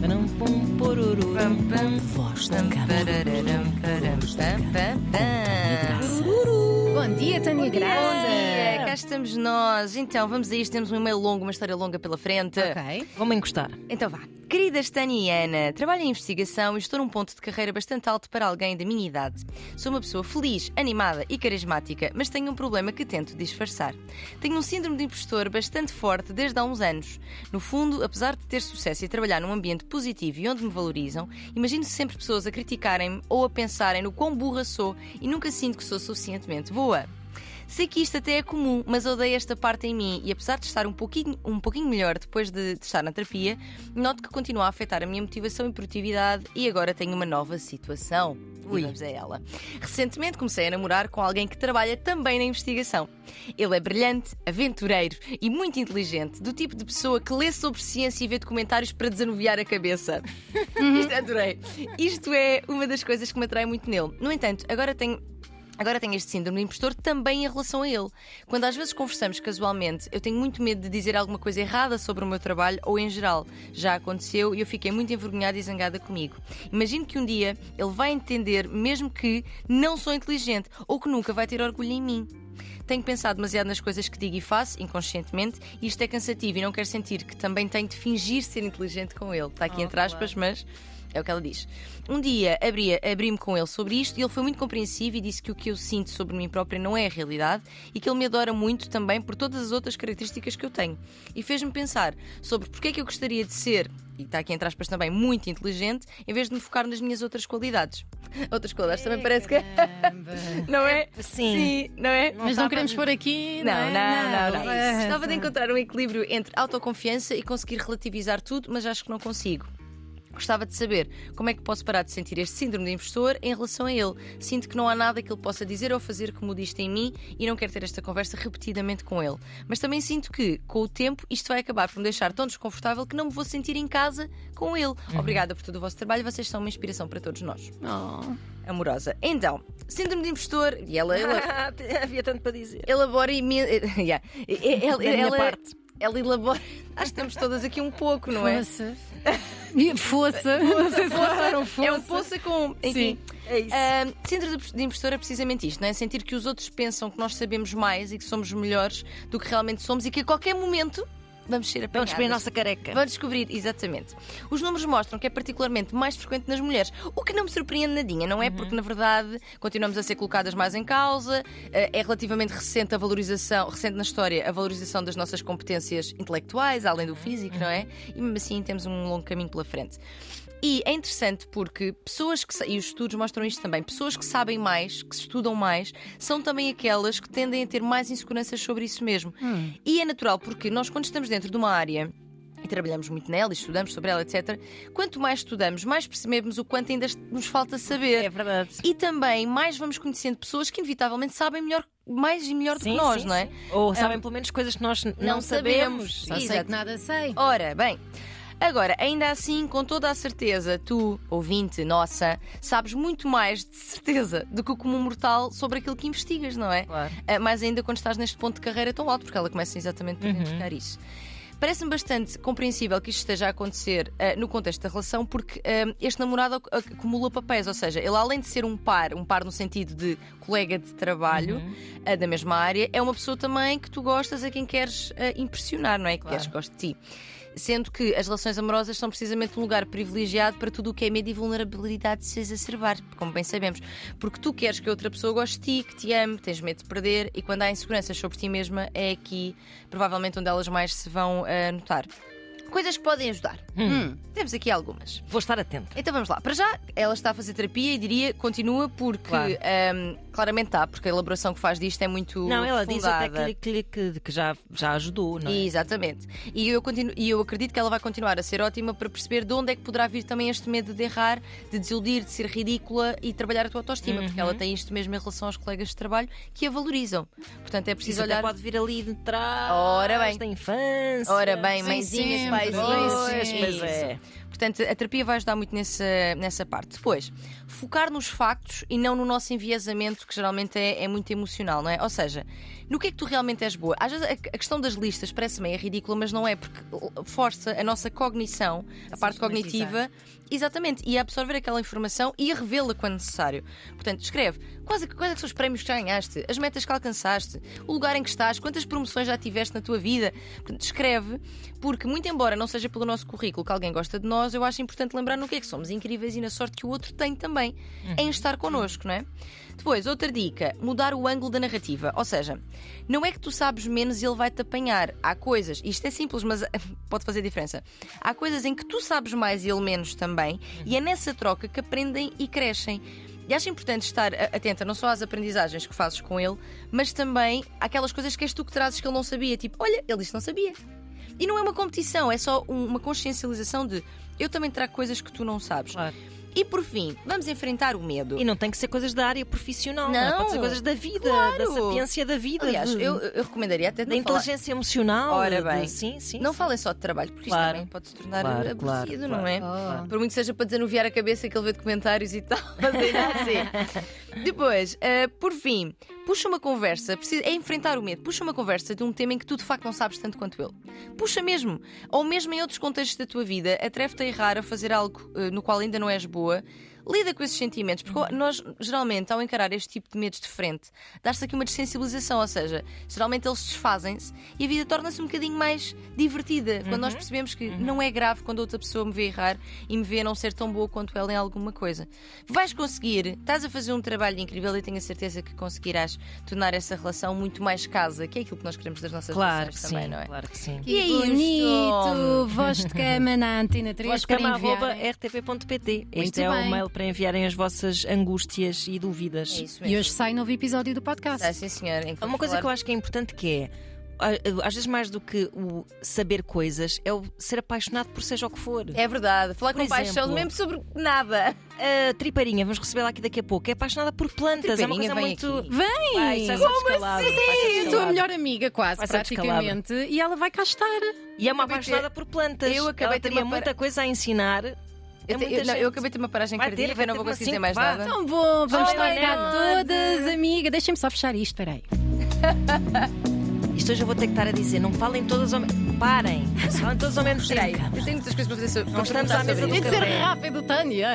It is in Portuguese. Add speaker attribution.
Speaker 1: Param, pum, poruru.
Speaker 2: Pam, pam.
Speaker 1: Voz de
Speaker 2: Pam,
Speaker 1: cama.
Speaker 2: pararam, param, pam, pam, pam.
Speaker 3: Bom dia, Tânia Graça.
Speaker 2: Bom dia, cá estamos nós. Então, vamos a isto. Temos um e-mail longo, uma história longa pela frente.
Speaker 3: Ok.
Speaker 1: Vamos encostar.
Speaker 2: Então vá. Queridas Tânia e Ana, trabalho em investigação e estou num ponto de carreira bastante alto para alguém da minha idade. Sou uma pessoa feliz, animada e carismática, mas tenho um problema que tento disfarçar. Tenho um síndrome de impostor bastante forte desde há uns anos. No fundo, apesar de ter sucesso e trabalhar num ambiente positivo e onde me valorizam, imagino sempre pessoas a criticarem-me ou a pensarem no quão burra sou e nunca sinto que sou suficientemente boa. Sei que isto até é comum, mas odeio esta parte em mim e apesar de estar um pouquinho, um pouquinho melhor depois de, de estar na terapia, noto que continua a afetar a minha motivação e produtividade e agora tenho uma nova situação. E vamos a ela. Recentemente comecei a namorar com alguém que trabalha também na investigação. Ele é brilhante, aventureiro e muito inteligente, do tipo de pessoa que lê sobre ciência e vê documentários para desanuviar a cabeça. Isto adorei. Isto é uma das coisas que me atrai muito nele. No entanto, agora tenho Agora tenho este síndrome de impostor também em relação a ele. Quando às vezes conversamos casualmente, eu tenho muito medo de dizer alguma coisa errada sobre o meu trabalho ou em geral. Já aconteceu e eu fiquei muito envergonhada e zangada comigo. Imagino que um dia ele vai entender, mesmo que não sou inteligente ou que nunca vai ter orgulho em mim. Tenho pensado demasiado nas coisas que digo e faço, inconscientemente, e isto é cansativo e não quero sentir que também tenho de fingir ser inteligente com ele. Está aqui entre aspas, mas. É o que ela diz. Um dia abria- abri-me com ele sobre isto e ele foi muito compreensivo e disse que o que eu sinto sobre mim própria não é a realidade e que ele me adora muito também por todas as outras características que eu tenho. E fez-me pensar sobre porque é que eu gostaria de ser, e está aqui entre aspas também, muito inteligente, em vez de me focar nas minhas outras qualidades. Outras qualidades também parece que.
Speaker 3: Caramba.
Speaker 2: Não é?
Speaker 4: Sim.
Speaker 2: Sim, não é?
Speaker 3: Mas não queremos pôr aqui.
Speaker 2: Não,
Speaker 3: é?
Speaker 2: não, não. não.
Speaker 3: é.
Speaker 2: Estava de encontrar um equilíbrio entre autoconfiança e conseguir relativizar tudo, mas acho que não consigo. Gostava de saber como é que posso parar de sentir este síndrome de impostor em relação a ele. Sinto que não há nada que ele possa dizer ou fazer que mude isto em mim e não quero ter esta conversa repetidamente com ele. Mas também sinto que, com o tempo, isto vai acabar por me deixar tão desconfortável que não me vou sentir em casa com ele. Obrigada por todo o vosso trabalho, vocês são uma inspiração para todos nós.
Speaker 3: Oh.
Speaker 2: Amorosa. Então, síndrome de impostor. E ela- ela
Speaker 4: Havia tanto para dizer.
Speaker 2: elabora imenso. Yeah. E- e- Ela,
Speaker 4: minha
Speaker 2: ela-
Speaker 4: parte.
Speaker 2: ela elabora. Acho que temos todas aqui um pouco, não é?
Speaker 3: Fosse. E Fosse. Não sei se lançaram fosse.
Speaker 2: É um poça com. Enfim.
Speaker 3: Sim.
Speaker 4: É isso.
Speaker 2: Ah, síndrome de impostor é precisamente isto, não é? Sentir que os outros pensam que nós sabemos mais e que somos melhores do que realmente somos e que a qualquer momento vamos ser
Speaker 4: Vamos
Speaker 2: apanhados.
Speaker 4: ver a nossa careca.
Speaker 2: Vão descobrir, exatamente. Os números mostram que é particularmente mais frequente nas mulheres, o que não me surpreende nadinha, não é? Porque, na verdade, continuamos a ser colocadas mais em causa, eh, é relativamente recente a valorização, recente na história, a valorização das nossas competências intelectuais, além do físico, não é? E mesmo assim temos um longo caminho pela frente. E é interessante porque pessoas que. sa- E os estudos mostram isto também. Pessoas que sabem mais, que estudam mais, são também aquelas que tendem a ter mais inseguranças sobre isso mesmo. E é natural porque nós, quando estamos dentro de uma área e trabalhamos muito nela, e estudamos sobre ela, etc. Quanto mais estudamos, mais percebemos o quanto ainda nos falta saber.
Speaker 4: É verdade.
Speaker 2: E também mais vamos conhecendo pessoas que inevitavelmente sabem melhor, mais e melhor do que nós, não é?
Speaker 4: Ou sabem pelo menos coisas que nós n- não, sabemos.
Speaker 3: Só sei
Speaker 2: Exato.
Speaker 3: que nada sei.
Speaker 2: Ora, bem. Agora, ainda assim, com toda a certeza, tu, ouvinte, nossa, sabes muito mais de certeza do que o comum mortal sobre aquilo que investigas, não é?
Speaker 4: Claro.
Speaker 2: Ah, mais ainda quando estás neste ponto de carreira tão alto, porque ela começa exatamente por identificar isso. Parece-me bastante compreensível que isto esteja a acontecer ah, no contexto da relação, porque ah, este namorado ac- acumula papéis, ou seja, ele além de ser um par, um par no sentido de colega de trabalho ah, da mesma área, é uma pessoa também que tu gostas, a quem queres ah, impressionar, não é? Que queres que goste de ti. Sendo que as relações amorosas são precisamente um lugar privilegiado para tudo o que é medo e vulnerabilidade de se exacerbar, como bem sabemos. Porque tu queres que a outra pessoa goste de ti, que te ame, tens medo de perder, e quando há inseguranças sobre ti mesma, é aqui provavelmente onde elas mais se vão ah, notar. Coisas que podem ajudar.
Speaker 4: Hum.
Speaker 2: Hum, Temos aqui algumas.
Speaker 4: Vou estar atenta.
Speaker 2: Então vamos lá. Para já, ela está a fazer terapia e diria continua porque
Speaker 4: Claro.
Speaker 2: ahm, claramente está, porque a elaboração que faz disto é muito.
Speaker 4: Não, ela diz até
Speaker 2: fundada.
Speaker 4: que, lhe- que, lhe- que, que já, já ajudou, não é?
Speaker 2: Exatamente. E eu, continuo, e eu acredito que ela vai continuar a ser ótima para perceber de onde é que poderá vir também este medo de errar, de desiludir, de ser ridícula e trabalhar a tua autoestima, porque
Speaker 4: Uhum.
Speaker 2: ela tem isto mesmo em relação aos colegas de trabalho que a valorizam. Portanto, é preciso
Speaker 4: Isso até
Speaker 2: olhar.
Speaker 4: pode vir ali de trás
Speaker 2: Ora bem.
Speaker 4: da infância.
Speaker 2: Ora bem,
Speaker 3: Sim,
Speaker 2: mãezinhas,
Speaker 3: sempre.
Speaker 2: paizinhos.
Speaker 3: Pois,
Speaker 4: pois
Speaker 2: Isso.
Speaker 4: é.
Speaker 2: Portanto, a terapia vai ajudar muito nessa, nessa parte. Depois, focar nos factos e não no nosso enviesamento discurso que geralmente é, é muito emocional, não é? Ou seja, no que é que tu realmente és boa? Às vezes a, a questão das listas parece meio ridícula, mas não é, porque força a nossa cognição, a parte
Speaker 3: sistematizar.
Speaker 2: cognitiva, exatamente, e a absorver aquela informação e a revê-la quando necessário. Portanto, escreve quais, é que- quais é que são os prémios que já ganhaste, as metas que alcançaste, o lugar em que estás, quantas promoções já tiveste na tua vida. Portanto, escreve, porque, muito embora não seja pelo nosso currículo que alguém gosta de nós, eu acho importante lembrar no que é que somos incríveis e na sorte que o outro tem também em estar connosco, não é? Depois, outra dica: mudar o ângulo da narrativa. Ou seja, não é que tu sabes menos e ele vai-te apanhar. Há coisas, isto é simples, mas pode fazer diferença. Há coisas em que tu sabes mais e ele menos também, e é nessa troca que aprendem e crescem. E acho importante estar a- atenta não só às aprendizagens que fazes com ele, mas também àquelas coisas que és tu que trazes que ele não sabia. Tipo, olha, ele isto não sabia. E não é uma competição, é só um- uma consciencialização de eu também trago coisas que tu não sabes.
Speaker 4: Claro.
Speaker 2: E por fim, vamos enfrentar o medo.
Speaker 4: E não tem que ser coisas da área profissional, não, é?
Speaker 2: Não.
Speaker 4: pode ser coisas da vida, da
Speaker 2: Claro.
Speaker 4: sapiência da vida,
Speaker 2: Aliás,
Speaker 4: de-
Speaker 2: eu, eu recomendaria até
Speaker 4: da
Speaker 2: não falar-
Speaker 4: inteligência emocional. de-
Speaker 2: Ora bem.
Speaker 4: sim, sim.
Speaker 2: Não falem só de trabalho, porque isto
Speaker 4: Claro.
Speaker 2: também pode se tornar
Speaker 4: Claro,
Speaker 2: aborrecido,
Speaker 4: claro,
Speaker 2: não é?
Speaker 4: Oh.
Speaker 3: claro.
Speaker 2: Por muito que seja para desanuviar a cabeça que ele vê documentários e tal, mas ainda assim. Depois, ah, por fim, puxa uma conversa, precisa, é enfrentar o medo, puxa uma conversa de um tema em que tu de facto não sabes tanto quanto ele. Puxa mesmo, ou mesmo em outros contextos da tua vida, atreve-te a errar, a fazer algo ah, no qual ainda não és boa. Lida com esses sentimentos, porque nós geralmente, ao encarar este tipo de medos de frente, dá-se aqui uma dessensibilização, ou seja, geralmente eles desfazem-se e a vida torna-se um bocadinho mais divertida quando
Speaker 4: Uhum.
Speaker 2: nós percebemos que não é grave quando outra pessoa me vê errar e me vê a não ser tão boa quanto ela em alguma coisa. Vais conseguir, estás a fazer um trabalho incrível e tenho a certeza que conseguirás tornar essa relação muito mais casa, que é aquilo que nós queremos das nossas
Speaker 4: Claro que
Speaker 2: relações
Speaker 4: sim,
Speaker 2: também, não é?
Speaker 4: claro que sim.
Speaker 2: E é isto.
Speaker 3: bonito! Voz de cama na antena 3
Speaker 4: Voz de
Speaker 3: para
Speaker 4: cama,
Speaker 3: enviarem.
Speaker 4: arroba, é rtp.pt.
Speaker 3: Muito
Speaker 4: Este é
Speaker 3: bem.
Speaker 4: o mail para enviarem as vossas angústias e dúvidas.
Speaker 2: É isso
Speaker 3: E
Speaker 2: mesmo.
Speaker 3: hoje sai novo episódio do podcast.
Speaker 2: Ah, sim, senhora. em que
Speaker 4: Uma
Speaker 2: vamos
Speaker 4: coisa
Speaker 2: falar
Speaker 4: que eu acho que é importante que é a- às vezes mais do que o saber coisas é o ser apaixonado por seja o que for.
Speaker 2: É verdade, falar
Speaker 4: Por
Speaker 2: com paixão
Speaker 4: exemplo-
Speaker 2: mesmo sobre nada.
Speaker 4: A triparinha, vamos recebê-la aqui daqui a pouco. É apaixonada por plantas, é uma coisa
Speaker 2: Triparinha vem
Speaker 4: muito.
Speaker 2: aqui.
Speaker 3: Vem!
Speaker 4: Vai, isso é só descalado, vai ser
Speaker 3: Sim, a tua
Speaker 4: descalado.
Speaker 3: melhor amiga, quase,
Speaker 4: Vai ser
Speaker 3: praticamente. E ela vai cá estar.
Speaker 4: E é uma
Speaker 2: acabei de ter-
Speaker 4: apaixonada por plantas.
Speaker 2: Eu acabei
Speaker 4: Ela
Speaker 2: de ter
Speaker 4: teria
Speaker 2: uma
Speaker 4: muita coisa a ensinar. É
Speaker 2: Eu, te-
Speaker 4: muita
Speaker 2: eu- não,
Speaker 4: gente.
Speaker 2: eu acabei de ter uma paragem
Speaker 4: Vai ter,
Speaker 2: cardíaca,
Speaker 4: vai
Speaker 2: não
Speaker 4: ter
Speaker 2: vou
Speaker 4: uma
Speaker 2: conseguir dizer
Speaker 4: cinco,
Speaker 2: mais
Speaker 4: vá.
Speaker 2: nada.
Speaker 3: Tão bom, Então vamos
Speaker 4: Oh,
Speaker 3: largar
Speaker 4: Leonor.
Speaker 3: todas, amiga. Deixa-me só fechar isto, peraí.
Speaker 4: Isto hoje eu vou ter que estar a dizer, não falem todas ao mesmo. Parem! Falem todas ao mesmo tempo.
Speaker 2: Eu tenho muitas coisas para fazer sobre.
Speaker 4: Não
Speaker 2: para
Speaker 4: estamos
Speaker 2: perguntar
Speaker 4: à mesa
Speaker 2: sobre
Speaker 4: do
Speaker 2: isto.
Speaker 3: Tem de ser rápido, Tânia.